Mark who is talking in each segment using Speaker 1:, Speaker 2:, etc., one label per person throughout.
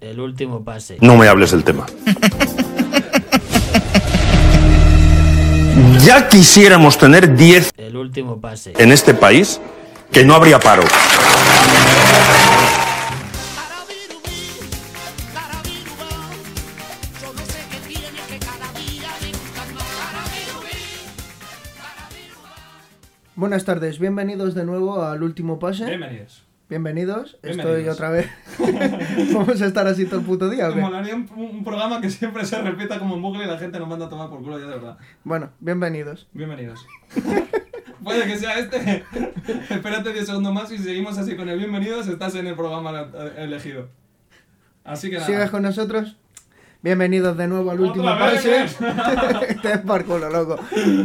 Speaker 1: El último pase.
Speaker 2: No me hables del tema. Ya quisiéramos tener 10
Speaker 1: El último pase.
Speaker 2: en este país que no habría paro.
Speaker 3: Buenas tardes, bienvenidos de nuevo al último pase.
Speaker 4: Bienvenidos.
Speaker 3: Bienvenidos, estoy
Speaker 4: Bienvenidos.
Speaker 3: otra vez. Vamos a estar así todo el puto día, ¿o qué?
Speaker 4: Como haría un, un programa que siempre se repita como en bucle y la gente nos manda a tomar por culo ya de verdad.
Speaker 3: Bueno, bienvenidos.
Speaker 4: Bienvenidos. Puede que sea este. Espérate 10 segundos más y seguimos así con el bienvenidos. Estás en el programa eh, elegido. Así que nada.
Speaker 3: ¿Sigues con nosotros? Bienvenidos de nuevo al último
Speaker 4: Otra
Speaker 3: pase.
Speaker 4: vez.
Speaker 3: Te es por culo, loco.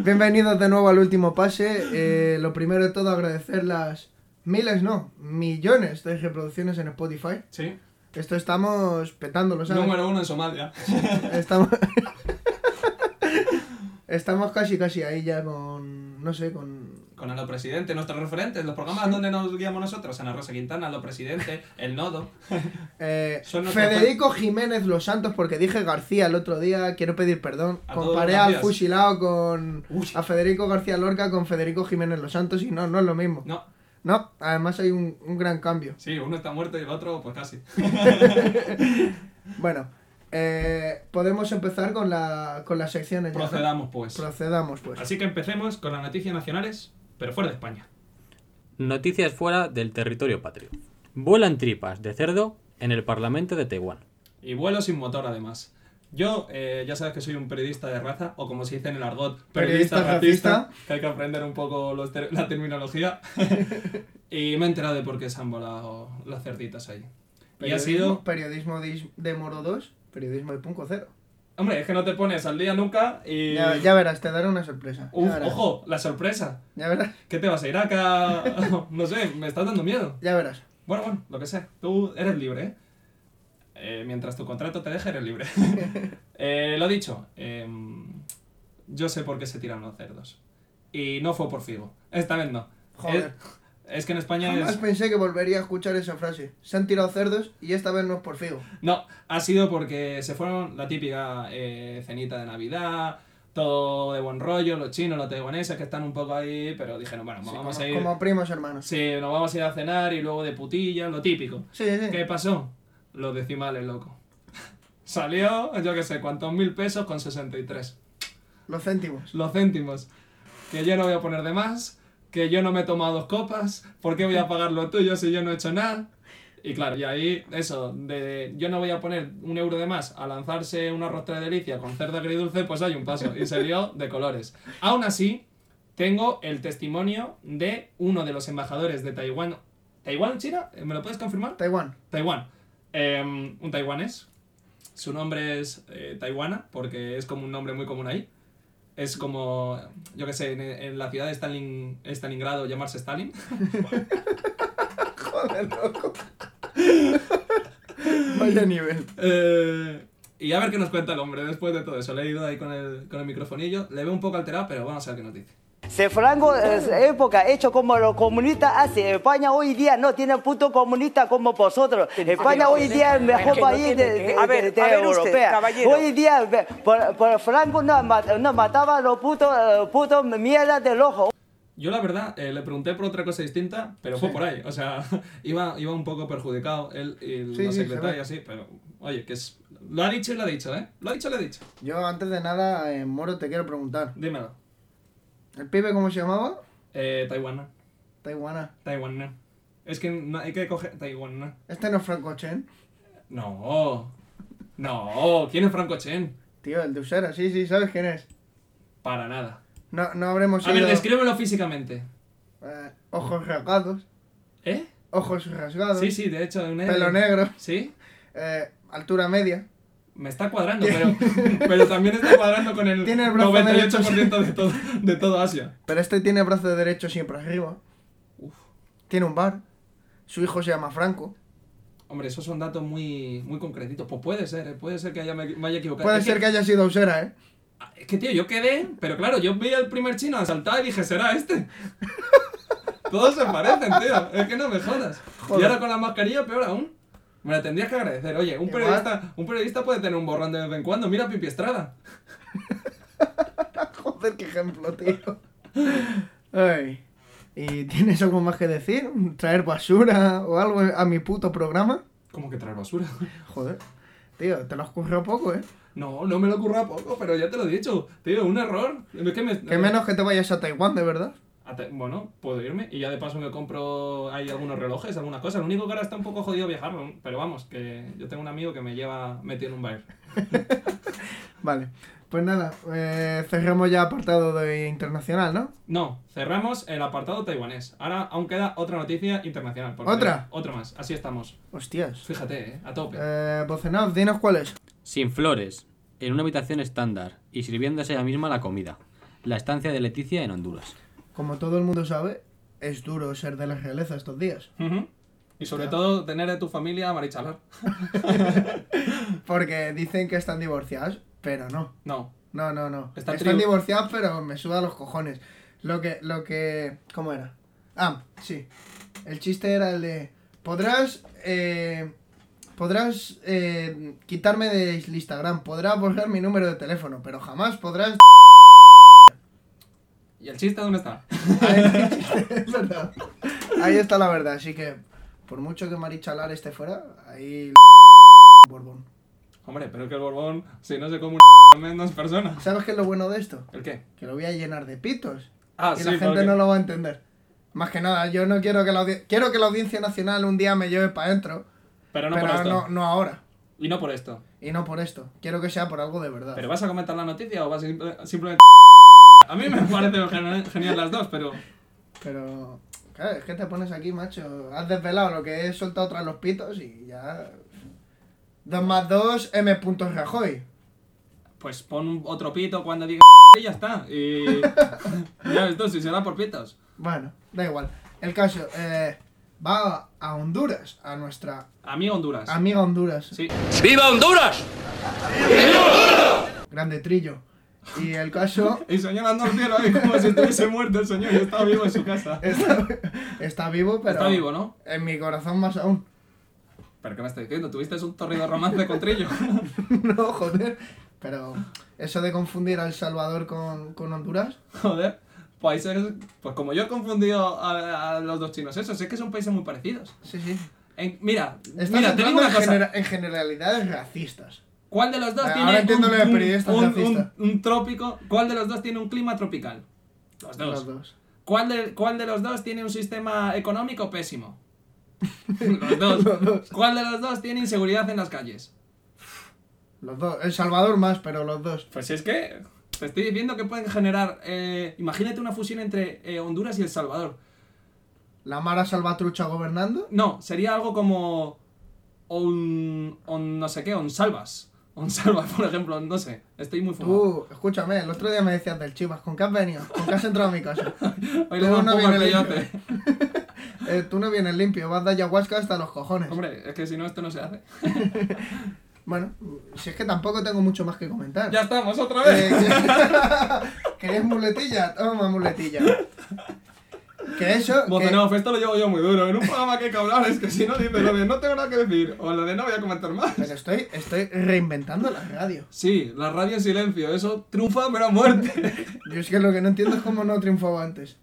Speaker 3: Bienvenidos de nuevo al último pase. Eh, lo primero de todo, agradecer las miles, no, millones de reproducciones en Spotify.
Speaker 4: Sí.
Speaker 3: Esto estamos petándolo, ¿sabes?
Speaker 4: Número uno en Somalia.
Speaker 3: Estamos. Estamos casi, casi ahí ya con. No sé, con.
Speaker 4: Con Alo Presidente, nuestros referentes, los programas donde nos guiamos nosotros, Ana Rosa Quintana, Alo Presidente, El Nodo.
Speaker 3: eh,
Speaker 4: Son los
Speaker 3: Federico Jiménez Los Santos, porque dije García el otro día, quiero pedir perdón.
Speaker 4: A todos
Speaker 3: Comparé
Speaker 4: los
Speaker 3: al
Speaker 4: Garcías.
Speaker 3: fusilado con.
Speaker 4: Uy.
Speaker 3: A Federico García Lorca con Federico Jiménez Los Santos y no, no es lo mismo.
Speaker 4: No,
Speaker 3: No, además hay un, un gran cambio.
Speaker 4: sí, uno está muerto y el otro, pues casi.
Speaker 3: Bueno, eh, podemos empezar con, la, con las secciones. ya, ¿no?
Speaker 4: Procedamos, pues.
Speaker 3: Procedamos, pues.
Speaker 4: Así que empecemos con las noticias nacionales, pero fuera de España.
Speaker 5: Noticias fuera del territorio patrio. Vuelan tripas de cerdo en el Parlamento de Taiwán.
Speaker 4: Y vuelo sin motor, además. Yo, eh, ya sabes que soy un periodista de raza, o como se dice en el argot,
Speaker 3: Periodista
Speaker 4: periodista,
Speaker 3: racista.
Speaker 4: racista, que hay que aprender un poco los ter- la terminología. y me he enterado de por qué se han volado las cerditas ahí. Y ha sido...
Speaker 3: Periodismo dis- de Moro 2, periodismo de Punco Cero.
Speaker 4: Hombre, es que no te pones al día nunca y...
Speaker 3: Ya, ya verás, te daré una sorpresa.
Speaker 4: Uf,
Speaker 3: ya verás,
Speaker 4: ojo, la sorpresa.
Speaker 3: Ya verás,
Speaker 4: ¿Qué te vas a ir acá? no sé, me estás dando miedo.
Speaker 3: ya verás.
Speaker 4: Bueno, bueno, lo que sea. Tú eres libre, ¿eh? Eh, mientras tu contrato te deje, eres libre. Eh, lo dicho, em, yo sé por qué se tiran los cerdos. Y no fue por Figo. Esta vez no.
Speaker 3: Joder.
Speaker 4: Es, es que en España
Speaker 3: Jamás
Speaker 4: es...
Speaker 3: pensé que volvería a escuchar esa frase. Se han tirado cerdos y esta vez no es por Figo.
Speaker 4: No, ha sido porque se fueron la típica eh, cenita de Navidad, todo de buen rollo, los chinos, los taiwaneses que están un poco ahí, pero dijeron, bueno,
Speaker 3: Sí,
Speaker 4: vamos
Speaker 3: como,
Speaker 4: a ir...
Speaker 3: como primos hermanos.
Speaker 4: Sí, nos vamos a ir a cenar y luego de putilla, lo típico.
Speaker 3: Sí, sí.
Speaker 4: ¿Qué pasó? Los decimales, loco. Salió, yo qué sé, cuántos mil pesos con 63.
Speaker 3: Los céntimos.
Speaker 4: Los céntimos. Que yo no voy a poner de más, que yo no me he tomado dos copas, ¿por qué voy a pagar lo tuyo si yo no he hecho nada? Y claro, y ahí eso, de yo no voy a poner un euro de más a lanzarse una rostra de delicia con cerdo agridulce, pues hay un paso. Y se lió de colores. Aún así, tengo el testimonio de uno de los embajadores de Taiwán. ¿Taiwán, China? ¿Me lo puedes confirmar?
Speaker 3: Taiwán.
Speaker 4: Taiwán. Eh, un taiwanés. Su nombre es eh, Taiwana, porque es como un nombre muy común ahí. Es como, yo qué sé, en, en la ciudad de Stalin, Stalingrado llamarse Stalin.
Speaker 3: Joder, loco. Vaya nivel.
Speaker 4: Eh, y a ver qué nos cuenta el hombre después de todo eso. Le he ido ahí con el, con el microfonillo. Le veo un poco alterado, pero vamos a ver qué nos dice.
Speaker 6: Se Franco es época hecho como los comunistas hace. España hoy día no tiene puto comunista como vosotros. España hoy día es el mejor país de, de-
Speaker 7: A ver,
Speaker 6: de- de
Speaker 7: a ver usted,
Speaker 6: europea.
Speaker 7: caballero.
Speaker 6: Hoy día ve, por, por Franco no, ma- no mataba a los putos, eh, putos mierda del ojo.
Speaker 4: Yo la verdad eh, le pregunté por otra cosa distinta, pero fue por ahí. O sea, iba, iba un poco perjudicado él y
Speaker 3: Sí,
Speaker 4: la
Speaker 3: sí,
Speaker 4: secretaria, así, pero oye, que es... Lo ha dicho y lo ha dicho, ¿eh? Lo ha dicho y lo ha dicho.
Speaker 3: Yo antes de nada, eh, Moro, te quiero preguntar.
Speaker 4: Dímelo.
Speaker 3: ¿El pibe cómo se llamaba?
Speaker 4: Eh, Taiwana.
Speaker 3: Taiwana.
Speaker 4: Taiwana. Es que no, hay que coger Taiwana.
Speaker 3: Este no es Franco Chen.
Speaker 4: No. No. ¿Quién es Franco Chen?
Speaker 3: Tío, el de Usera, sí, sí, ¿sabes quién es?
Speaker 4: Para nada.
Speaker 3: No, no habremos
Speaker 4: A ver,
Speaker 3: ido-
Speaker 4: descríbelo físicamente.
Speaker 3: eh, ojos rasgados.
Speaker 4: ¿Eh?
Speaker 3: Ojos rasgados.
Speaker 4: Sí, sí, de hecho. un-
Speaker 3: Pelo negro.
Speaker 4: ¿Sí?
Speaker 3: eh, altura media.
Speaker 4: Me está cuadrando, pero, pero también está cuadrando con el,
Speaker 3: Tiene el brazo
Speaker 4: 98% de todo, de todo Asia.
Speaker 3: Pero este tiene brazo derecho siempre arriba. Tiene un bar. Su hijo se llama Franco.
Speaker 4: Hombre, esos son datos muy, muy concretitos. Pues puede ser, ¿eh? puede ser que haya, me, me haya equivocado.
Speaker 3: Puede
Speaker 4: Es
Speaker 3: ser que haya sido Usera, ¿eh?
Speaker 4: Ah, Es que, tío, yo quedé, pero claro, yo vi al primer chino saltar y dije, será este. Todos se parecen, tío. Es que no me jodas.
Speaker 3: Joder.
Speaker 4: Y ahora con la mascarilla, peor aún. Me lo tendrías que agradecer. Oye, un
Speaker 3: Igual.
Speaker 4: periodista, un periodista puede tener un borrón de vez en cuando. Mira a Pipi Estrada.
Speaker 3: Joder, qué ejemplo, tío. Ay. ¿Y tienes algo más que decir? ¿Traer basura o algo a mi puto programa?
Speaker 4: ¿Cómo que traer basura?
Speaker 3: Joder. Tío, te lo has currado poco, ¿eh?
Speaker 4: No, no me lo ocurra poco, pero ya te lo he dicho. Tío, un error. Es que me-
Speaker 3: Que menos que te vayas a Taiwán, de verdad.
Speaker 4: Ate- Bueno, puedo irme y ya de paso me compro ahí algunos relojes, algunas cosas. Lo único que ahora está un poco jodido viajarlo, pero vamos, que yo tengo un amigo que me lleva metido en un bar.
Speaker 3: Vale. Pues nada, eh, cerramos ya apartado de internacional, ¿no?
Speaker 4: No, cerramos el apartado taiwanés. Ahora aún queda otra noticia internacional. porque-
Speaker 3: ¿Otra?
Speaker 4: Otra más, así estamos.
Speaker 3: Hostias.
Speaker 4: Fíjate, eh, a tope.
Speaker 3: Eh, Bocenov, dinos cuál es.
Speaker 5: Sin flores, en una habitación estándar y sirviéndose ella misma la comida. La estancia de Leticia en Honduras.
Speaker 3: Como todo el mundo sabe, es duro ser de la realeza estos días.
Speaker 4: Ujú. Y sobre todo tener de tu familia a Marichalar.
Speaker 3: Porque dicen que están divorciadas, pero no.
Speaker 4: No,
Speaker 3: No, no, no.
Speaker 4: Está
Speaker 3: Están
Speaker 4: tri-
Speaker 3: divorciados, pero me suda los cojones. Lo que, lo que... ¿Cómo era? Ah, sí. El chiste era el de... Podrás... eh, podrás eh, quitarme del Instagram, podrás borrar mi número de teléfono, pero jamás podrás...
Speaker 4: ¿Y el chiste dónde está?
Speaker 3: Ahí, es verdad. Ahí está la verdad, así que... Por mucho que Marichalar esté fuera, ahí... Borbón.
Speaker 4: Hombre, pero que el Borbón, si no se come un menos personas.
Speaker 3: ¿Sabes qué es lo bueno de esto?
Speaker 4: ¿El qué?
Speaker 3: Que lo voy a llenar de pitos.
Speaker 4: Ah,
Speaker 3: y
Speaker 4: sí,
Speaker 3: la gente
Speaker 4: porque-
Speaker 3: no lo va a entender. Más que nada, yo no quiero que la, audi- quiero que la audiencia nacional un día me lleve para adentro,
Speaker 4: Pero no por
Speaker 3: pero
Speaker 4: esto.
Speaker 3: no, no ahora.
Speaker 4: Y no por esto.
Speaker 3: Y no por esto. Quiero que sea por algo de verdad.
Speaker 4: ¿Pero vas a comentar la noticia o vas a simple- simplemente.? A mí me parecen gen- genial las dos, pero.
Speaker 3: Pero, claro, es que te pones aquí, macho. Has desvelado lo que he soltado tras los pitos y ya... 2 más 2, M. punto Rajoy.
Speaker 4: Pues pon otro pito cuando diga. Y ya está. Y. ya ves tú, si será por pitos.
Speaker 3: Bueno, da igual. El caso, eh, va a Honduras, a nuestra
Speaker 4: A mí Honduras.
Speaker 3: amiga Honduras.
Speaker 4: Sí.
Speaker 3: Grande trillo. Y el caso...
Speaker 4: Y señalando al cielo ahí como si estuviese muerto el señor y estaba vivo en su casa.
Speaker 3: Está, está vivo, pero...
Speaker 4: Está vivo, ¿no?
Speaker 3: En mi corazón más aún.
Speaker 4: ¿Pero qué me estás diciendo? ¿Tuviste un torrido romance con Trillo?
Speaker 3: No, joder. Pero eso de confundir a El Salvador con, con Honduras.
Speaker 4: Joder. Países. Pues como yo he confundido a, a los dos chinos, eso, sí que son países muy parecidos.
Speaker 3: Sí, sí.
Speaker 4: En- mira,
Speaker 3: Estás
Speaker 4: mira, te digo
Speaker 3: entrando
Speaker 4: una
Speaker 3: en,
Speaker 4: cosa.
Speaker 3: genera- en generalidades racistas.
Speaker 4: ¿Cuál de los dos
Speaker 3: Ahora
Speaker 4: tiene
Speaker 3: entiendo
Speaker 4: un,
Speaker 3: lo de
Speaker 4: un-
Speaker 3: periodista
Speaker 4: un-
Speaker 3: racista.
Speaker 4: un- un trópico? ¿Cuál de los dos tiene un clima tropical? Los dos.
Speaker 3: Los dos.
Speaker 4: ¿Cuál, de, cuál de los dos tiene un sistema económico pésimo? los dos. ¿Cuál de los dos tiene inseguridad en las calles?
Speaker 3: Los dos. El Salvador más, pero los dos.
Speaker 4: Pues es que te estoy diciendo que pueden generar... eh, imagínate una fusión entre eh, Honduras y El Salvador.
Speaker 3: La Mara Salvatrucha gobernando.
Speaker 4: No, sería algo como... Un, un no sé qué, un salvas. Un salvas, por ejemplo, no sé. Estoy muy fumado.
Speaker 3: Tú, escúchame, el otro día me decías del Chivas, ¿con qué has venido? ¿Con qué has entrado a mi casa?
Speaker 4: Hoy
Speaker 3: Tú
Speaker 4: le doy un
Speaker 3: no
Speaker 4: poco al
Speaker 3: vienes limpio.
Speaker 4: peyote.
Speaker 3: Eh, tú no vienes limpio, vas de ayahuasca hasta los cojones.
Speaker 4: Hombre, es que si no, esto no se hace.
Speaker 3: Bueno, si es que tampoco tengo mucho más que comentar.
Speaker 4: Ya estamos otra
Speaker 3: Eh,
Speaker 4: vez.
Speaker 3: que- ¿Queréis muletilla? Toma muletilla. Que eso. que-
Speaker 4: Bozenov, esto lo llevo yo muy duro. En un programa que hay que hablar es que si no dices lo de no tengo nada que decir o lo de no voy a comentar más.
Speaker 3: Pero estoy, estoy reinventando la radio.
Speaker 4: Sí, la radio en silencio, eso triunfa pero a muerte.
Speaker 3: Yo es que lo que no entiendo es cómo no triunfaba antes.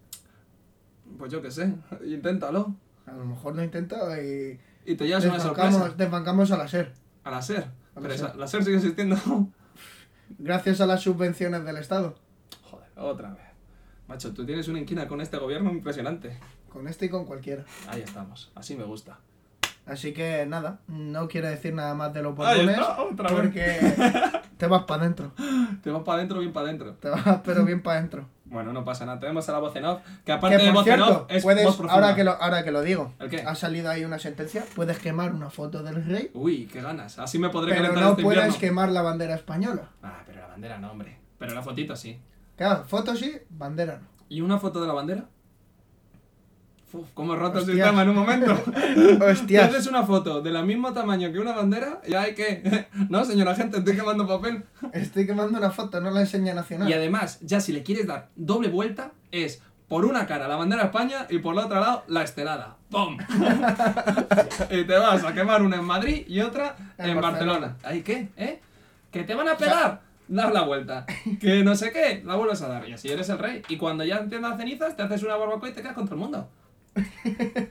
Speaker 4: Pues yo qué sé, inténtalo.
Speaker 3: A lo mejor lo intento y.
Speaker 4: Y te llevas una sorpresa.
Speaker 3: Desbancamos, desbancamos a la SER.
Speaker 4: A la SER. Pero
Speaker 3: SER.
Speaker 4: esa- la SER sigue existiendo.
Speaker 3: Gracias a las subvenciones del Estado.
Speaker 4: Joder, otra vez. Macho, tú tienes una inquina con este gobierno impresionante.
Speaker 3: Con este y con cualquiera.
Speaker 4: Ahí estamos, así me gusta.
Speaker 3: Así que nada, no quiero decir nada más de los
Speaker 4: Ahí
Speaker 3: borbones.
Speaker 4: está, otra vez.
Speaker 3: Porque te vas para adentro.
Speaker 4: Te vas para adentro, bien para adentro.
Speaker 3: Te vas, pero bien para adentro.
Speaker 4: Bueno, no pasa nada, tenemos a la Bozenov, que aparte
Speaker 3: Que
Speaker 4: de
Speaker 3: por
Speaker 4: Bozenov
Speaker 3: cierto,
Speaker 4: es
Speaker 3: puedes,
Speaker 4: voz profunda.
Speaker 3: ahora, que lo, ahora que lo digo,
Speaker 4: ¿El qué?
Speaker 3: ha salido ahí una sentencia, puedes quemar una foto del rey,
Speaker 4: Uy, qué ganas. Así me podré
Speaker 3: pero
Speaker 4: calentar
Speaker 3: no
Speaker 4: este
Speaker 3: puedes
Speaker 4: invierno.
Speaker 3: quemar la bandera española.
Speaker 4: Ah, pero la bandera no, hombre. Pero la fotito sí.
Speaker 3: Claro, foto sí, bandera no.
Speaker 4: ¿Y una foto de la bandera? Uf, cómo he roto el
Speaker 3: Hostias.
Speaker 4: sistema en un momento. Te
Speaker 3: Hostias,
Speaker 4: haces una foto de la misma tamaño que una bandera y hay que... no, señora gente, estoy quemando papel.
Speaker 3: estoy quemando una foto, no la enseña Nacional.
Speaker 4: Y además, ya si le quieres dar doble vuelta, es por una cara la bandera de España y por el otro lado la estelada. ¡Pum! y te vas a quemar una en Madrid y otra
Speaker 3: En
Speaker 4: en, Barcelona.
Speaker 3: Barcelona.
Speaker 4: ¿Ahí qué? ¿Eh? ¿Que te van a pegar? Dar la vuelta. Que no sé qué, la vuelves a dar. Y así eres el rey. Y cuando ya entiendas las cenizas, te haces una barbacoa y te quedas con todo el mundo.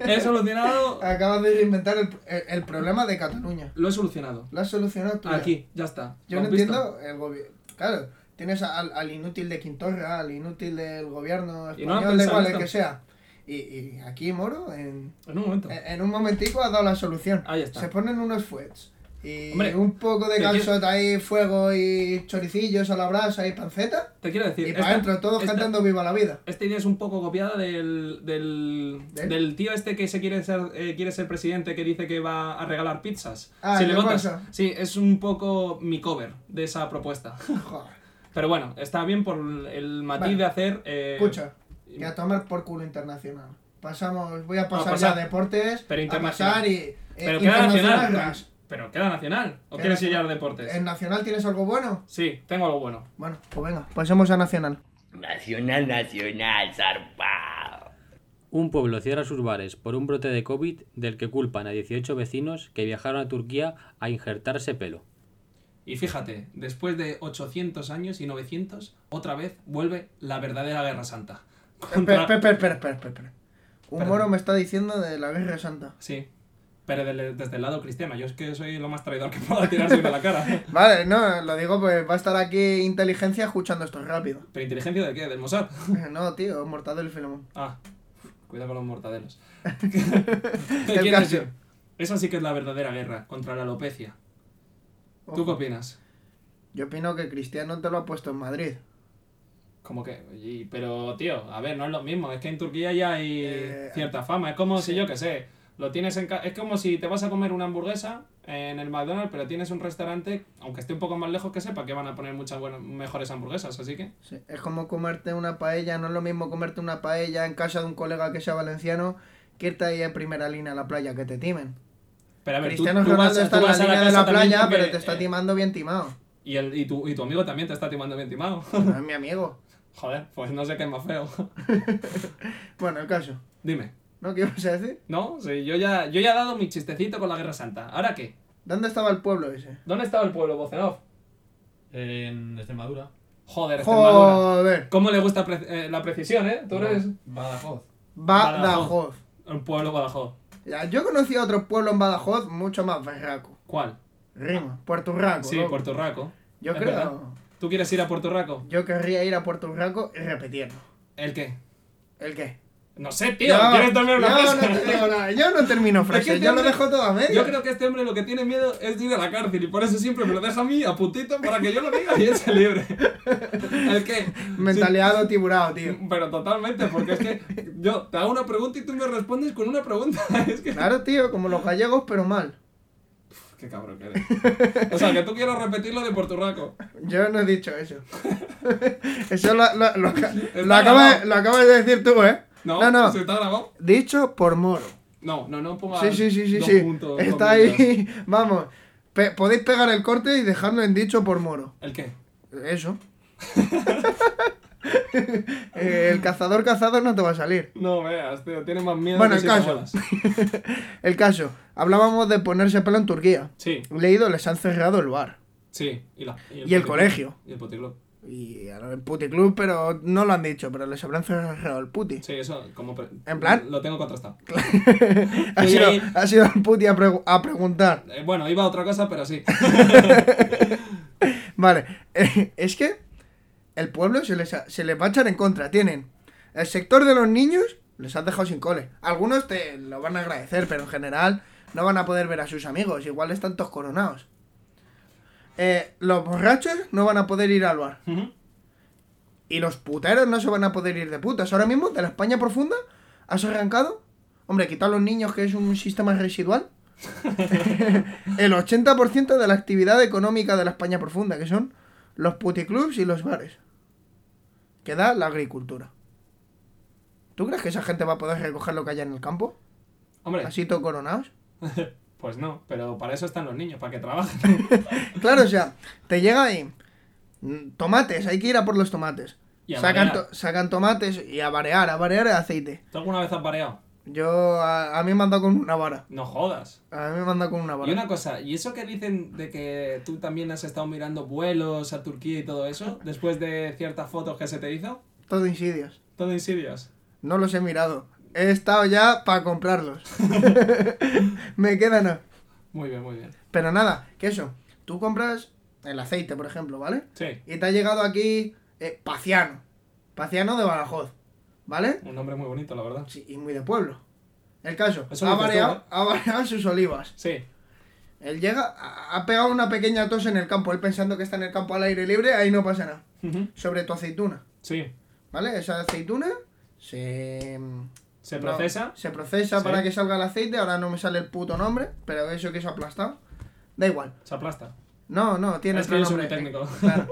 Speaker 4: He solucionado.
Speaker 3: Acabas de inventar el, el- el problema de Cataluña.
Speaker 4: Lo he solucionado.
Speaker 3: Lo has solucionado tú. ya.
Speaker 4: Aquí, ya está.
Speaker 3: Yo
Speaker 4: ¿Lo
Speaker 3: no
Speaker 4: has visto?
Speaker 3: entiendo el gobierno. Claro, tienes al, al inútil de Quintorra, al inútil del gobierno
Speaker 4: Y no
Speaker 3: español,
Speaker 4: han
Speaker 3: da
Speaker 4: pensado
Speaker 3: igual
Speaker 4: esto.
Speaker 3: el que sea. Y, y aquí, Moro, en,
Speaker 4: En un momento.
Speaker 3: E-, en un momentico ha dado la solución.
Speaker 4: Ahí está.
Speaker 3: Se ponen unos fuets. Y
Speaker 4: Hombre,
Speaker 3: un poco de
Speaker 4: que
Speaker 3: calzot ahí, fuego y choricillos a la brasa y panceta.
Speaker 4: Te quiero decir.
Speaker 3: Y
Speaker 4: esta-
Speaker 3: para adentro, todos
Speaker 4: esta-
Speaker 3: cantando Viva la Vida.
Speaker 4: Esta idea Este es un poco copiada del, del,
Speaker 3: ¿Del?
Speaker 4: del tío este que se quiere ser, eh, quiere ser presidente que dice que va a regalar pizzas.
Speaker 3: Ah,
Speaker 4: si
Speaker 3: el
Speaker 4: le
Speaker 3: de
Speaker 4: votas.
Speaker 3: Barça.
Speaker 4: Sí, es un poco mi cover de esa propuesta.
Speaker 3: Joder.
Speaker 4: Pero bueno, está bien por el matiz
Speaker 3: Vale.
Speaker 4: de hacer. eh,
Speaker 3: Escucha, que a tomar por culo internacional. Pasamos, voy a pasar
Speaker 4: pasar.
Speaker 3: ya a deportes,
Speaker 4: Pero
Speaker 3: a
Speaker 4: internacional.
Speaker 3: pasar y... eh,
Speaker 4: Pero queda nacional.
Speaker 3: ras.
Speaker 4: Pero queda nacional. ¿O
Speaker 3: Queda
Speaker 4: quieres ir ya a
Speaker 3: nacional. Eh,
Speaker 4: deportes?
Speaker 3: ¿En Nacional tienes algo bueno?
Speaker 4: Sí, tengo algo bueno.
Speaker 3: Bueno, pues venga, pasemos a Nacional.
Speaker 7: Nacional, nacional, zarpao.
Speaker 5: Un pueblo cierra sus bares por un brote de COVID del que culpan a 18 vecinos que viajaron a Turquía a injertarse pelo.
Speaker 4: Y fíjate, después de 800 años y 900, otra vez vuelve la verdadera Guerra Santa.
Speaker 3: Espera,
Speaker 4: Contra-
Speaker 3: espera, espera, espera, espera, espera. Un
Speaker 4: Perdón.
Speaker 3: moro me está diciendo de la Guerra Santa.
Speaker 4: Sí. Pero del- desde el lado cristiano, yo es que soy lo más traidor que pueda tirarse de la cara.
Speaker 3: Vale, no, lo digo pues va a estar aquí inteligencia escuchando esto rápido.
Speaker 4: ¿Pero inteligencia de qué? ¿Del Mossad?
Speaker 3: No, tío, Mortadelo y Filemón.
Speaker 4: Ah, cuidado con los mortadelos.
Speaker 3: El
Speaker 4: ¿Quién
Speaker 3: caso.
Speaker 4: es? Esa sí que es la verdadera guerra contra la alopecia. ¿Tú qué
Speaker 3: Ojo.
Speaker 4: opinas?
Speaker 3: Yo opino que Cristiano te lo ha puesto en Madrid.
Speaker 4: Como que. y- pero, tío, a ver, no es lo mismo. Es que en Turquía ya hay
Speaker 3: Eh,
Speaker 4: cierta fama. Es como si yo qué sé. Lo tienes en ca- es como si te vas a comer una hamburguesa en el McDonald's, pero tienes un restaurante, aunque esté un poco más lejos, que sepa que van a poner muchas buenas, mejores hamburguesas, así que.
Speaker 3: Sí, Es como comerte una paella, no es lo mismo comerte una paella en casa de un colega que sea valenciano que irte ahí en primera línea a la playa que te timen.
Speaker 4: Pero a ver, tú-
Speaker 3: Cristiano
Speaker 4: tú vas
Speaker 3: Ronaldo
Speaker 4: a-
Speaker 3: está en
Speaker 4: tú
Speaker 3: la
Speaker 4: vas a
Speaker 3: línea de
Speaker 4: casa
Speaker 3: la
Speaker 4: también
Speaker 3: playa,
Speaker 4: porque,
Speaker 3: pero te está
Speaker 4: eh,
Speaker 3: timando bien timado.
Speaker 4: Y, el, y, tu, y tu amigo también te está timando bien timado.
Speaker 3: No es mi amigo.
Speaker 4: Joder, pues no sé qué es más feo.
Speaker 3: Bueno, el caso.
Speaker 4: Dime.
Speaker 3: ¿No? ¿Qué ibas a decir?
Speaker 4: No, sí, yo ya, yo ya he dado mi chistecito con la Guerra Santa. ¿Ahora qué?
Speaker 3: ¿Dónde estaba el pueblo ese?
Speaker 4: ¿Dónde estaba el pueblo, Bocenov?
Speaker 8: En Extremadura.
Speaker 4: Joder, Extremadura.
Speaker 3: Joder,
Speaker 4: ¿Cómo le gusta pre- eh, la precisión, eh? Tú eres
Speaker 8: Badajoz.
Speaker 3: Badajoz.
Speaker 4: un pueblo Badajoz.
Speaker 3: Ya, yo conocí a otro pueblo en Badajoz mucho más berraco.
Speaker 4: ¿Cuál?
Speaker 3: Rima, Puerto Urraco.
Speaker 4: Sí,
Speaker 3: loco.
Speaker 4: Puerto Raco.
Speaker 3: Yo
Speaker 4: Es
Speaker 3: creo.
Speaker 4: verdad. ¿Tú quieres ir a Puerto Raco?
Speaker 3: Yo querría ir a Puerto Urraco y repetirlo.
Speaker 4: ¿El qué?
Speaker 3: ¿El qué?
Speaker 4: No sé, tío.
Speaker 3: Ya,
Speaker 4: ¿Quieres darme una
Speaker 3: ya
Speaker 4: cosa?
Speaker 3: no te digo nada, Yo no termino
Speaker 4: Es que
Speaker 3: frase,
Speaker 4: este
Speaker 3: yo lo
Speaker 4: hombre-
Speaker 3: dejo todo a medio.
Speaker 4: Yo creo que este hombre lo que tiene miedo es de ir a la cárcel y por eso siempre me lo deja a mí a puntito para que yo lo diga y él se libre. ¿El qué?
Speaker 3: Mentalidad de tiburado, tío.
Speaker 4: Pero totalmente, porque es que yo te hago una pregunta y tú me respondes con una pregunta. Es que.
Speaker 3: Claro, tío, como los gallegos, pero mal.
Speaker 4: Qué cabrón que eres. O sea, que tú quieras repetir lo de Porturraco.
Speaker 3: Yo no he dicho eso. eso lo, lo, lo, lo
Speaker 4: grabado.
Speaker 3: acabas, lo acabas de decir tú, ¿eh?
Speaker 4: No,
Speaker 3: no.
Speaker 4: ¿Se está grabado?
Speaker 3: Dicho por moro.
Speaker 4: No, no, no pongas.
Speaker 3: Sí, sí, sí, sí.
Speaker 4: dos
Speaker 3: sí.
Speaker 4: puntos, dos
Speaker 3: Está
Speaker 4: puntos.
Speaker 3: ahí. Vamos. Pe- podéis pegar el corte y dejarlo en dicho por moro.
Speaker 4: ¿El qué?
Speaker 3: Eso. Eh, el cazador cazado no te va a salir.
Speaker 4: No veas, tío, tiene más miedo
Speaker 3: Bueno,
Speaker 4: que
Speaker 3: el
Speaker 4: si
Speaker 3: caso.
Speaker 4: bolas.
Speaker 3: el caso. Hablábamos de ponerse pelo en Turquía.
Speaker 4: Sí,
Speaker 3: Leído, les han cerrado el bar.
Speaker 4: sí. Y, la- y
Speaker 3: Y el
Speaker 4: puticlub.
Speaker 3: colegio.
Speaker 4: Y el puticlub.
Speaker 3: Y el puticlub, pero no lo han dicho, pero les habrán cerrado el puti.
Speaker 4: Sí, eso, como. pre-
Speaker 3: ¿En plan?
Speaker 4: Lo tengo contrastado.
Speaker 3: ha,
Speaker 4: Y
Speaker 3: sido,
Speaker 4: ahí-
Speaker 3: ha sido el puti a, pregu- a preguntar.
Speaker 4: Eh, bueno, iba a otra cosa, pero sí.
Speaker 3: Vale, es que el pueblo se les, ha- se les va a echar en contra. Tienen el sector de los niños, les has dejado sin cole. Algunos te lo van a agradecer, pero en general no van a poder ver a sus amigos. Igual están todos coronados. Eh, los borrachos no van a poder ir al bar.
Speaker 4: Ujú.
Speaker 3: Y los puteros no se van a poder ir de putas. Ahora mismo, de la España profunda, has arrancado. Hombre, quita a los niños, que es un sistema residual. el 80% de la actividad económica de la España profunda, que son los puticlubs y los bares. Que da la agricultura. ¿Tú crees que esa gente va a poder recoger lo que haya en el campo?
Speaker 4: Hombre,
Speaker 3: Así todo coronados.
Speaker 4: pues no, pero para eso están los niños, para que trabajen.
Speaker 3: Claro, o sea, te llega ahí. mm, Tomates, hay que ir a por los tomates.
Speaker 4: Y a
Speaker 3: Sacan,
Speaker 4: barear.
Speaker 3: to- sacan tomates y a barear, a barear el aceite.
Speaker 4: ¿Tú alguna vez has pareado?
Speaker 3: Yo, a, a mí me han dado con una vara.
Speaker 4: No jodas.
Speaker 3: A mí me han dado con una vara.
Speaker 4: Y una cosa, ¿y eso que dicen de que tú también has estado mirando vuelos a Turquía y todo eso, después de ciertas fotos que se te hizo?
Speaker 3: Todo insidios.
Speaker 4: Todo insidios.
Speaker 3: No los he mirado. He estado ya para comprarlos. me quedan. a-
Speaker 4: Muy bien, muy bien.
Speaker 3: Pero nada, que eso. Tú compras el aceite, por ejemplo, ¿vale?
Speaker 4: Sí,
Speaker 3: Y te ha llegado aquí eh, Paciano. Paciano de Badajoz. ¿Vale?
Speaker 4: un nombre muy bonito, la verdad.
Speaker 3: Sí, y muy de pueblo. El caso,
Speaker 4: Eso
Speaker 3: ha
Speaker 4: lo dices tú, ¿eh?
Speaker 3: variado, ha variado sus olivas.
Speaker 4: Sí,
Speaker 3: Él llega, ha ha pegado una pequeña tos en el campo. Él pensando que está en el campo al aire libre, ahí no pasa nada.
Speaker 4: ujú,
Speaker 3: Sobre tu aceituna,
Speaker 4: sí.
Speaker 3: ¿vale? Esa aceituna se.
Speaker 4: Se
Speaker 3: no,
Speaker 4: procesa.
Speaker 3: se procesa
Speaker 4: Sí.
Speaker 3: para que salga el aceite. Ahora no me sale el puto nombre, pero eso que es aplastado. Da igual.
Speaker 4: Se aplasta.
Speaker 3: No, no, tiene
Speaker 4: Es que
Speaker 3: otro
Speaker 4: yo soy
Speaker 3: nombre.
Speaker 4: muy técnico.
Speaker 3: Claro.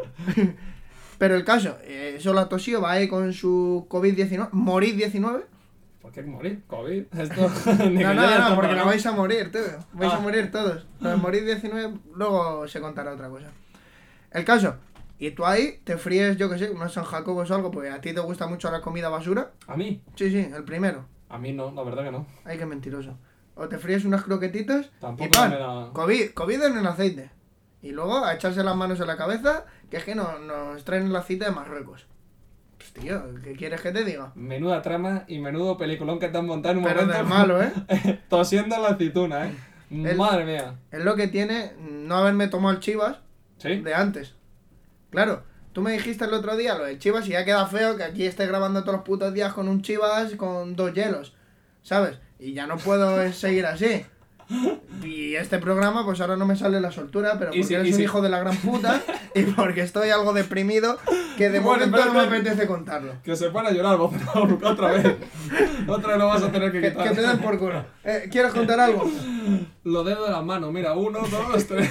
Speaker 3: Pero el caso, eh, solo ha tosido, va ahí con su COVID-19, morir 19.
Speaker 4: ¿Por qué morir? ¿COVID? Esto. ni
Speaker 3: No,
Speaker 4: que yo
Speaker 3: no,
Speaker 4: haya
Speaker 3: no, porque
Speaker 4: tomado.
Speaker 3: no vais a morir, tío. Vais
Speaker 4: Ah.
Speaker 3: a morir todos. Lo de morir 19, luego se contará otra cosa. El caso, y tú ahí te fríes, yo que sé, unos San Jacobos o algo, porque a ti te gusta mucho la comida basura.
Speaker 4: ¿A mí?
Speaker 3: Sí, sí, el primero.
Speaker 4: A mí no, la verdad que no.
Speaker 3: Ay, qué mentiroso. O te fríes unas croquetitas
Speaker 4: Tampoco
Speaker 3: y pan.
Speaker 4: me da-
Speaker 3: COVID, COVID en el aceite. Y luego a echarse las manos en la cabeza, que es que no, nos traen la cita de Marruecos. Pues tío, ¿qué quieres que te diga?
Speaker 4: Menuda trama y menudo peliculón que te han montado en un
Speaker 3: Pero
Speaker 4: momento.
Speaker 3: del malo, ¿eh?
Speaker 4: Tosiendo la aceituna, ¿eh?
Speaker 3: El-
Speaker 4: Madre mía.
Speaker 3: Es lo que tiene no haberme tomado el chivas
Speaker 4: Sí.
Speaker 3: de antes. Claro, tú me dijiste el otro día lo del Chivas y ya queda feo que aquí esté grabando todos los putos días con un Chivas con dos hielos, ¿sabes? Y ya no puedo eh, seguir así. Y este programa, pues ahora no me sale la soltura, pero
Speaker 4: Y
Speaker 3: porque
Speaker 4: si-
Speaker 3: eres
Speaker 4: y
Speaker 3: un
Speaker 4: si-
Speaker 3: hijo de la gran puta y porque estoy algo deprimido que de
Speaker 4: Bueno,
Speaker 3: momento no me
Speaker 4: espérate.
Speaker 3: apetece contarlo.
Speaker 4: Que se pone a llorar, Bozarov, otra vez. otra vez lo vas a tener que
Speaker 3: Que,
Speaker 4: quitar.
Speaker 3: que te den por culo. Eh, ¿Quieres contar algo?
Speaker 4: Los dedos de las manos, mira, uno, dos, tres.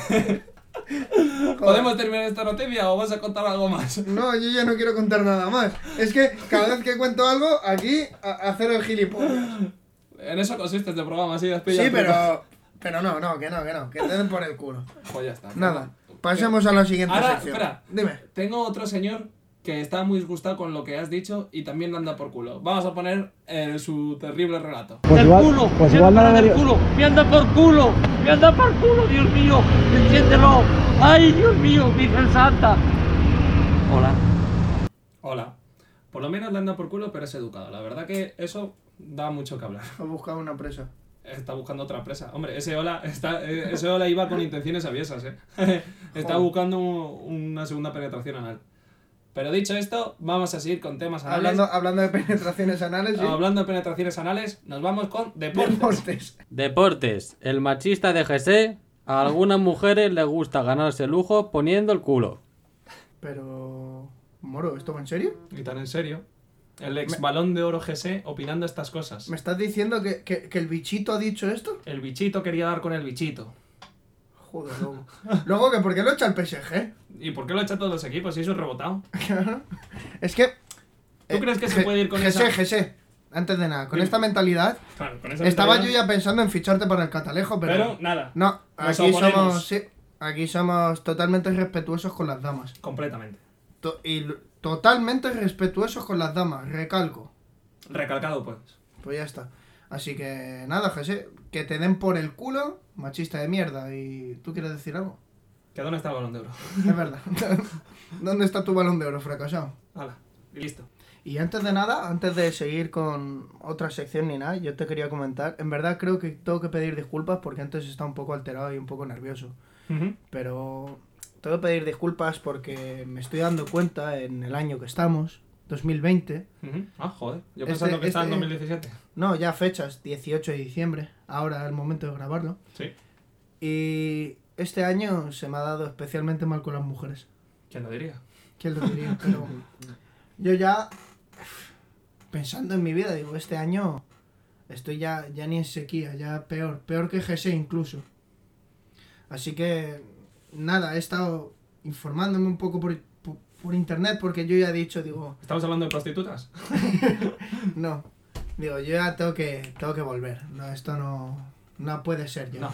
Speaker 4: ¿Podemos terminar esta noticia o vas a contar algo más?
Speaker 3: No, yo ya no quiero contar nada más. Es que cada vez que cuento algo, aquí, a- hacer el gilipollas.
Speaker 4: En eso consiste este programa, así has
Speaker 3: Sí,
Speaker 4: pillado el punto.
Speaker 3: pero. Pero no, no, que no, que no, que te den por el culo.
Speaker 4: Pues ya está.
Speaker 3: Nada, pasemos a la siguiente
Speaker 4: Ahora,
Speaker 3: sección.
Speaker 4: espera.
Speaker 3: Dime.
Speaker 4: Tengo otro señor que está muy disgustado con lo que has dicho y también le anda por culo. Vamos a poner eh, su terrible relato.
Speaker 9: Pues igual, pues igual no debería-
Speaker 10: culo, me anda por culo, me anda por culo, Dios mío, enciéndelo. Ay, Dios mío, Virgen Santa. Hola.
Speaker 4: Hola. Por lo menos le anda por culo, pero es educado. La verdad que eso da mucho que hablar.
Speaker 3: He buscado una presa.
Speaker 4: Está buscando otra presa. Hombre, ese hola, está, eh, ese hola iba con intenciones aviesas, ¿eh? está buscando un- una segunda penetración anal. Pero dicho esto, vamos a seguir con temas anales.
Speaker 3: Hablando, hablando de penetraciones anales, sí.
Speaker 4: Hablando de penetraciones anales, nos vamos con deportes.
Speaker 3: Deportes.
Speaker 5: Deportes. El machista de GC. A algunas mujeres les gusta ganarse el lujo poniendo el culo.
Speaker 3: Pero. Moro, ¿esto va en serio?
Speaker 4: Y tan en serio. El ex balón de oro GC opinando estas cosas.
Speaker 3: ¿Me estás diciendo que, que- que el bichito ha dicho esto?
Speaker 4: El bichito quería dar con el bichito.
Speaker 3: Joder, luego. luego, que ¿por qué lo echa el PSG?
Speaker 4: ¿Y por qué lo echa todos los equipos? Si eso es rebotado.
Speaker 3: es que.
Speaker 4: ¿Tú
Speaker 3: Eh,
Speaker 4: crees que se puede ir con
Speaker 3: Jesse,
Speaker 4: esa-
Speaker 3: Jesse, antes de nada, con
Speaker 4: Dime.
Speaker 3: esta mentalidad,
Speaker 4: Claro, con esa
Speaker 3: estaba yo
Speaker 4: mentalidad-
Speaker 3: ya pensando en ficharte para el catalejo,
Speaker 4: Pero nada.
Speaker 3: No,
Speaker 4: Nos
Speaker 3: aquí
Speaker 4: oponemos.
Speaker 3: somos, sí, aquí somos totalmente respetuosos con las damas.
Speaker 4: Completamente.
Speaker 3: To- y l- totalmente respetuosos con las damas, recalco.
Speaker 4: Recalcado, pues.
Speaker 3: Pues ya está. Así que nada, José, que te den por el culo, machista de mierda. ¿Y tú quieres decir algo?
Speaker 4: ¿Que dónde está el balón de oro?
Speaker 3: Es verdad. ¿Dónde está tu balón de oro, fracasado?
Speaker 4: Hala, y listo.
Speaker 3: Y antes de nada, antes de seguir con otra sección ni nada, yo te quería comentar. En verdad creo que tengo que pedir disculpas porque antes estaba un poco alterado y un poco nervioso. Pero tengo que pedir disculpas porque me estoy dando cuenta en el año que estamos, 2020.
Speaker 4: Ujú. Ah, joder.
Speaker 3: Este-
Speaker 4: Yo pensando que está en
Speaker 3: este-
Speaker 4: 2017.
Speaker 3: No, ya fechas, 18 de diciembre, ahora el momento de grabarlo.
Speaker 4: Sí.
Speaker 3: Y este año se me ha dado especialmente mal con las mujeres.
Speaker 4: ¿Quién lo diría?
Speaker 3: ¿Quién lo diría? Pero yo ya, pensando en mi vida, digo, este año estoy ya, ya ni en sequía, ya peor, peor que GC incluso. Así que, nada, he estado informándome un poco por, por- por internet porque yo ya he dicho, digo,
Speaker 4: ¿Estamos hablando de prostitutas?
Speaker 3: no, digo, yo ya tengo que, tengo que volver. No, esto no, no puede ser yo.
Speaker 4: No.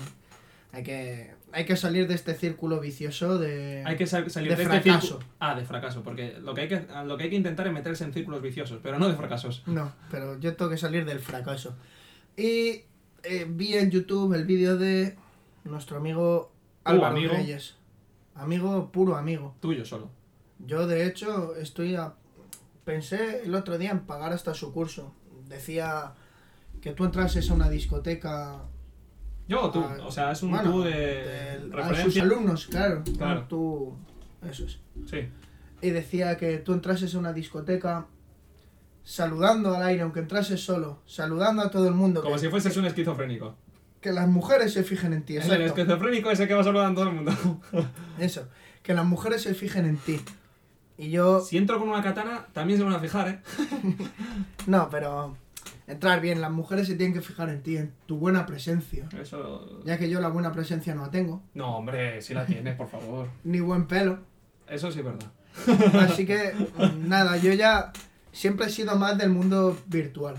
Speaker 3: Hay que, hay que salir de este círculo vicioso de.
Speaker 4: Hay que sal- salir
Speaker 3: de
Speaker 4: de, este
Speaker 3: fracaso.
Speaker 4: círculo- Ah, de fracaso, porque lo que, hay que, lo que hay que intentar es meterse en círculos viciosos, pero no de fracasos.
Speaker 3: No, pero yo tengo que salir del fracaso. Y eh, vi en YouTube el vídeo de nuestro amigo
Speaker 4: Uh,
Speaker 3: Álvaro
Speaker 4: amigo.
Speaker 3: Reyes. Amigo, puro amigo.
Speaker 4: Tuyo solo.
Speaker 3: Yo, de hecho, estoy a... Pensé el otro día en pagar hasta su curso. Decía que tú entrases a una discoteca...
Speaker 4: Yo o tú.
Speaker 3: a-
Speaker 4: O sea, es un
Speaker 3: Ah, bueno,
Speaker 4: tú de,
Speaker 3: del- A sus
Speaker 4: referencia.
Speaker 3: alumnos, claro.
Speaker 4: Claro.
Speaker 3: Un Tú... Eso es.
Speaker 4: Sí.
Speaker 3: Y decía que tú entrases a una discoteca saludando al aire, aunque entrases solo, saludando a todo el mundo.
Speaker 4: Como
Speaker 3: que,
Speaker 4: si fueses un esquizofrénico.
Speaker 3: que las mujeres se fijen en ti.
Speaker 4: Es el
Speaker 3: exacto.
Speaker 4: esquizofrénico ese que va saludando a todo el mundo.
Speaker 3: Eso, que las mujeres se fijen en ti. Y yo...
Speaker 4: si entro con una katana, también se van a fijar, ¿eh?
Speaker 3: No, pero... Entrar bien, las mujeres se tienen que fijar en ti, en tu buena presencia.
Speaker 4: Eso.
Speaker 3: Ya que yo la buena presencia no la tengo,
Speaker 4: No, hombre, si la tienes, por favor.
Speaker 3: ni buen pelo.
Speaker 4: Eso sí es verdad.
Speaker 3: Así que, mm, nada, yo ya siempre he sido más del mundo virtual.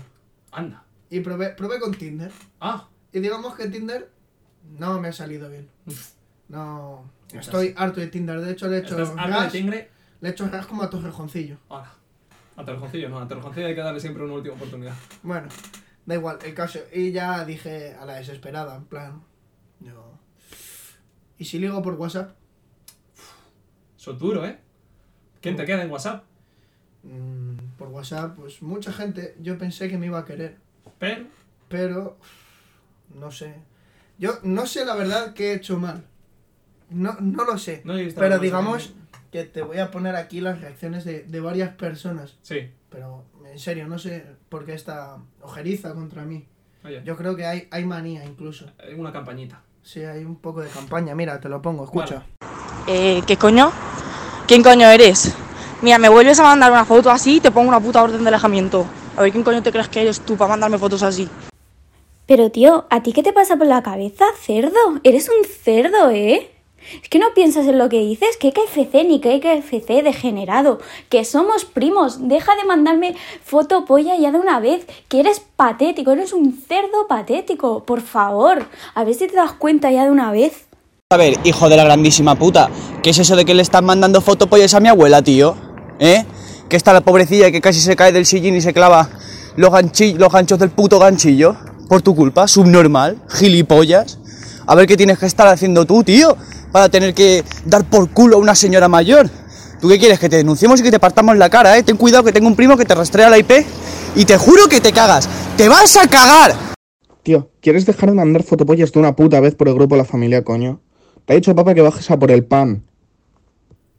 Speaker 4: Anda.
Speaker 3: Y probé, probé con Tinder.
Speaker 4: Ah,
Speaker 3: Y digamos que Tinder no me ha salido bien. No. Estoy harto de Tinder. De hecho, le he hecho
Speaker 4: estás harto de
Speaker 3: gas.
Speaker 4: tingre.
Speaker 3: Le he hecho gas como a Torrejoncillo.
Speaker 4: Ahora. A Torrejoncillo, no. A Torrejoncillo hay que darle siempre una última oportunidad.
Speaker 3: Bueno, da igual, el caso. Y ya dije a la desesperada, en plan. Yo. ¿Y si ligo por WhatsApp?
Speaker 4: Eso es duro, ¿eh? ¿Quién te queda en WhatsApp?
Speaker 3: Mm, por WhatsApp, pues mucha gente. Yo pensé que me iba a querer.
Speaker 4: Pero.
Speaker 3: pero no sé. Yo no sé la verdad que he hecho mal. No, no lo sé.
Speaker 4: No he visto
Speaker 3: pero
Speaker 4: nada más
Speaker 3: digamos
Speaker 4: en-
Speaker 3: que te voy a poner aquí las reacciones de, de varias personas.
Speaker 4: Sí.
Speaker 3: Pero en serio, no sé por qué esta ojeriza contra mí.
Speaker 4: Oye.
Speaker 3: Yo creo que hay, hay manía incluso.
Speaker 4: eh, Una campañita.
Speaker 3: Sí, hay un poco de campaña. Mira, te lo pongo, escucha.
Speaker 11: Eh, ¿Qué coño? ¿Quién coño eres? Mira, me vuelves a mandar una foto así y te pongo una puta orden de alejamiento. A ver, ¿quién coño te crees que eres tú para mandarme fotos así?
Speaker 12: Pero tío, ¿a ti qué te pasa por la cabeza, cerdo? Eres un cerdo, ¿eh? Es que no piensas en lo que dices, que KFC ni que KFC degenerado, que somos primos, deja de mandarme foto polla ya de una vez, que eres patético, eres un cerdo patético, por favor, a ver si te das cuenta ya de una vez.
Speaker 9: A ver, hijo de la grandísima puta, ¿qué es eso de que le estás mandando fotopollas a mi abuela, tío? ¿Eh? Que está la pobrecilla que casi se cae del sillín y se clava los, ganchi- los ganchos del puto ganchillo. Por tu culpa, subnormal, gilipollas. A ver qué tienes que estar haciendo tú, tío, para tener que dar por culo a una señora mayor. ¿Tú qué quieres? Que te denunciemos y que te partamos la cara, ¿eh? Ten cuidado que tengo un primo que te rastrea la IP y te juro que te cagas. ¡Te vas a cagar!
Speaker 13: Tío, ¿quieres dejar de mandar fotopollas de una puta vez por el grupo La Familia, coño? Te ha dicho papá que bajes a por el pan.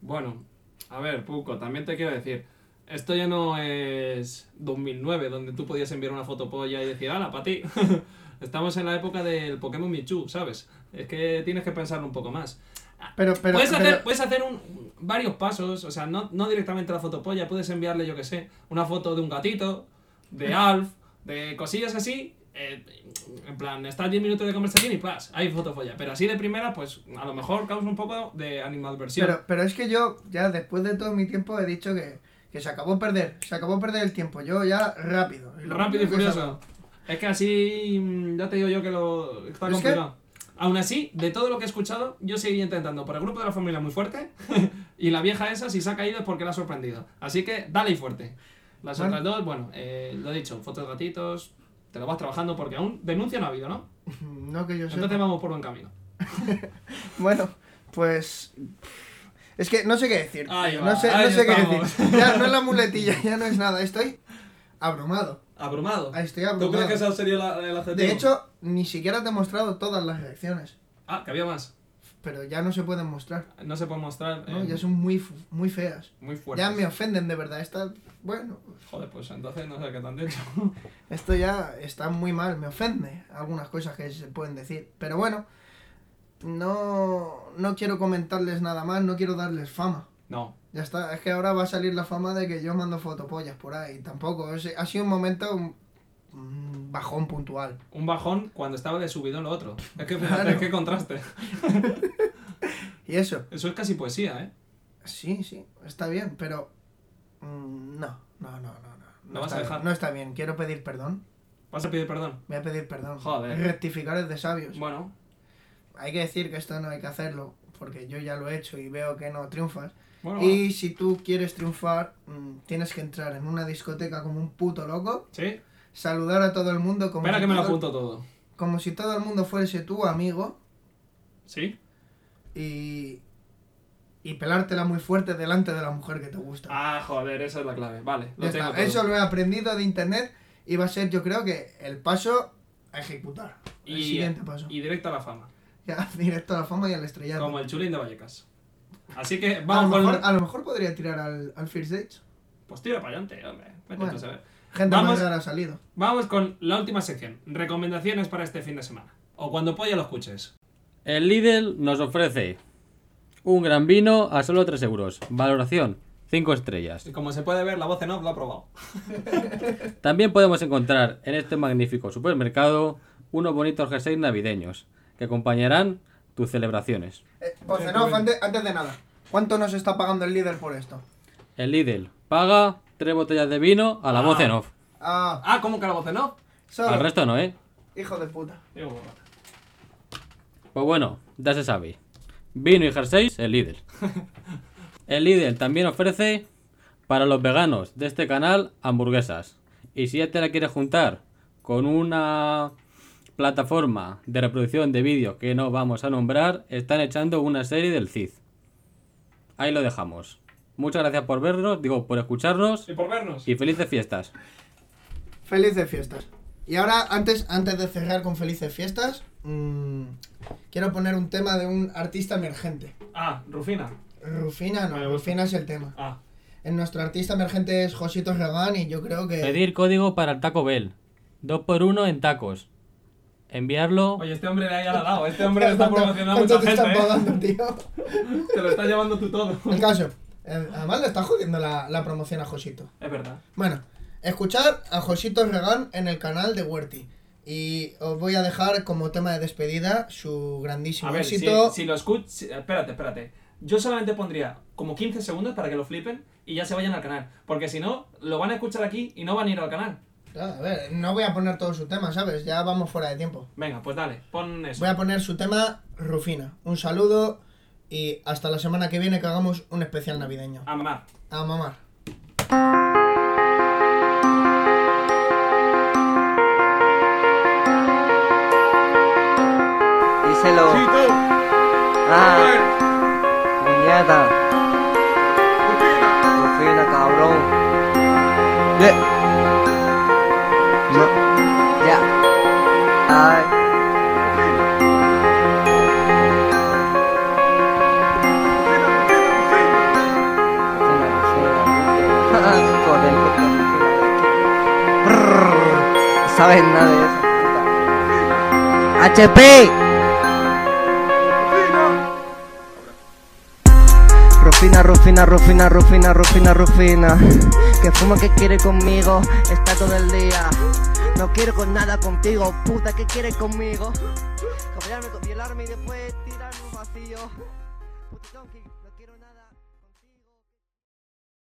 Speaker 4: Bueno, a ver, Puco, también te quiero decir. Esto ya no es 2009, donde tú podías enviar una fotopolla y decir, ¡hala, para ti! Estamos en la época del Pokémon Michu, ¿sabes? Es que tienes que pensarlo un poco más.
Speaker 3: Pero, Pues, pero,
Speaker 4: puedes hacer,
Speaker 3: pero-
Speaker 4: puedes hacer un- varios pasos, o sea, no, no directamente la fotopolla, puedes enviarle, yo que sé, una foto de un gatito,
Speaker 3: Mm.
Speaker 4: de Alf, de cosillas así. eh, en plan, estás 10 minutos de conversación y plas, hay fotopolla. Pero así de primera, pues a lo mejor causa un poco de animadversión.
Speaker 3: Pero, pero es que yo, ya después de todo mi tiempo, he dicho que, que se acabó perder. Se acabó perder el tiempo. Yo ya rápido. Lo
Speaker 4: Rápido y
Speaker 3: primero que
Speaker 4: furioso. Es que así, mm, ya te digo yo que lo está
Speaker 3: Es que-
Speaker 4: complicado. Aún así, de todo lo que he escuchado, yo seguiría intentando por el grupo de la familia muy fuerte y la vieja esa, si se ha caído es porque la ha sorprendido. Así que dale y fuerte. Las
Speaker 3: Bueno.
Speaker 4: otras dos, bueno, eh, lo he dicho, fotos de gatitos, te lo vas trabajando porque aún denuncia no ha habido, ¿no?
Speaker 3: No que yo sepa.
Speaker 4: Entonces vamos por buen camino.
Speaker 3: Bueno, pues. Es que no sé qué decir.
Speaker 4: Ahí va,
Speaker 3: no sé,
Speaker 4: ahí
Speaker 3: no sé qué
Speaker 4: estamos.
Speaker 3: decir. Ya no es la muletilla, ya no es nada. Estoy abrumado.
Speaker 4: Abrumado.
Speaker 3: Ah, Estoy abrumado.
Speaker 4: esa sería la, el adjetivo?
Speaker 3: De hecho, ni siquiera te he mostrado todas las reacciones.
Speaker 4: Ah, que había más.
Speaker 3: Pero ya no se pueden mostrar.
Speaker 4: No se puede mostrar.
Speaker 3: ¿no?
Speaker 4: eh,
Speaker 3: Ya son muy, fu- muy feas.
Speaker 4: Muy fuerte.
Speaker 3: Ya me ofenden de verdad. Está, bueno,
Speaker 4: Joder, pues entonces no sé qué te han dicho.
Speaker 3: esto ya está muy mal. Me ofende algunas cosas que se pueden decir. Pero bueno, no, no quiero comentarles nada más. No quiero darles fama.
Speaker 4: No,
Speaker 3: Ya está, es que ahora va a salir la fama de que yo mando fotopollas por ahí. Tampoco, es- ha sido un momento un- un bajón puntual.
Speaker 4: un bajón cuando estaba de subidón lo otro. Es que fíjate,
Speaker 3: Claro.
Speaker 4: qué contraste.
Speaker 3: Y eso,
Speaker 4: Eso es casi poesía, ¿eh?
Speaker 3: sí, sí, está bien, pero... mm, no, no, no, no. No,
Speaker 4: vas
Speaker 3: está
Speaker 4: a
Speaker 3: bien,
Speaker 4: dejar?
Speaker 3: no está bien, quiero pedir perdón.
Speaker 4: ¿Vas a pedir perdón?
Speaker 3: Voy a pedir perdón.
Speaker 4: Joder.
Speaker 3: Pues Rectificar es de sabios.
Speaker 4: Bueno,
Speaker 3: hay que decir que esto no hay que hacerlo, porque yo ya lo he hecho y veo que no triunfas.
Speaker 4: Bueno,
Speaker 3: y si tú quieres triunfar, mm, tienes que entrar en una discoteca como un puto loco.
Speaker 4: Sí.
Speaker 3: Saludar a todo el mundo como
Speaker 4: Espera
Speaker 3: si
Speaker 4: que me lo
Speaker 3: todo-
Speaker 4: apunto todo.
Speaker 3: Como si todo el mundo fuese tu amigo.
Speaker 4: Sí.
Speaker 3: Y. Y pelártela muy fuerte delante de la mujer que te gusta.
Speaker 4: Ah, joder, esa es la clave. Vale, lo
Speaker 3: Ya
Speaker 4: tengo
Speaker 3: está,
Speaker 4: todo.
Speaker 3: Eso lo he aprendido de internet y va a ser, yo creo que, el paso a ejecutar.
Speaker 4: y,
Speaker 3: El siguiente paso.
Speaker 4: Y directo a la fama.
Speaker 3: Ya, directo a la fama y al estrellado.
Speaker 4: Como el chulín de Vallecas. Así que
Speaker 3: a, lo
Speaker 4: vamos
Speaker 3: mejor,
Speaker 4: con...
Speaker 3: a lo mejor podría tirar al, al first date.
Speaker 4: Pues tira para adelante, hombre. Vete
Speaker 3: Bueno,
Speaker 4: tú a saber.
Speaker 3: Gente
Speaker 4: vamos,
Speaker 3: más rara ha salido.
Speaker 4: vamos con la última sección. Recomendaciones para este fin de semana. O cuando polla lo escuches.
Speaker 5: El Lidl nos ofrece un gran vino a solo 3 euros. Valoración 5 estrellas.
Speaker 4: Y como se puede ver, la voz en off lo ha probado.
Speaker 5: También podemos encontrar en este magnífico supermercado unos bonitos jerseys navideños que acompañarán tus celebraciones.
Speaker 3: Eh, Bozenov, antes, antes de nada, ¿cuánto nos está pagando el líder por esto?
Speaker 5: El Lidl paga 3 botellas de vino a la voz en off.
Speaker 3: Ah,
Speaker 4: ¿cómo que la Bozenov?
Speaker 5: Al resto no, ¿eh?
Speaker 3: Hijo de puta.
Speaker 5: Pues bueno, ya se sabe. Vino y jerseys, el líder. El líder también ofrece para los veganos de este canal hamburguesas. Y si ya te la quieres juntar con una plataforma de reproducción de vídeo que no vamos a nombrar, están echando una serie del CID. Ahí lo dejamos. Muchas gracias por vernos, digo, por escucharnos.
Speaker 4: Y por vernos.
Speaker 5: Y felices fiestas.
Speaker 3: Felices fiestas. Y ahora, antes, antes de cerrar con felices fiestas, mm, quiero poner un tema de un artista emergente.
Speaker 4: Ah, Rufina.
Speaker 3: Rufina no, Rufina es el tema.
Speaker 4: Ah.
Speaker 3: En nuestro artista emergente es Josito Regán y yo creo que...
Speaker 5: Pedir código para el Taco Bell. 2x1 en tacos. Enviarlo.
Speaker 4: Oye, este hombre ahí ya la ha dado. Este hombre está promocionando a
Speaker 3: ¿Cuánto
Speaker 4: mucha
Speaker 3: te
Speaker 4: gente.
Speaker 3: están pagando,
Speaker 4: ¿eh?
Speaker 3: tío?
Speaker 4: Te lo estás llevando tú todo.
Speaker 3: El caso, eh, además le está jodiendo la, la promoción a Josito.
Speaker 4: Es verdad.
Speaker 3: Bueno, escuchar a Josito Regán en el canal de Huerti. Y os voy a dejar como tema de despedida su grandísimo
Speaker 4: A ver, si,
Speaker 3: éxito.
Speaker 4: si lo escuchas. Espérate, espérate. Yo solamente pondría como 15 segundos para que lo flipen y ya se vayan al canal. Porque si no, lo van a escuchar aquí y no van a ir al canal.
Speaker 3: Ah, A ver, no voy a poner todo su tema, ¿sabes? Ya vamos fuera de tiempo.
Speaker 4: Venga, pues dale, pon eso.
Speaker 3: Voy a poner su tema Rufina. Un saludo y hasta la semana que viene que hagamos un especial navideño.
Speaker 4: A mamar.
Speaker 3: A mamar.
Speaker 6: Díselo. Ah, muñeca. Rufina, cabrón. No. Ya. Ay. Rufina, Rufina. Con el que te- Brrr, no Sabes nada de eso. puta. HP. Rufina, Rufina, Rufina, Rufina, Rufina, Rufina. Que fuma que quiere conmigo, está todo el día. No quiero con nada contigo, puta que quiere conmigo. Cambiarme, violarme y después tirarme un vacío. Puta, no quiero nada.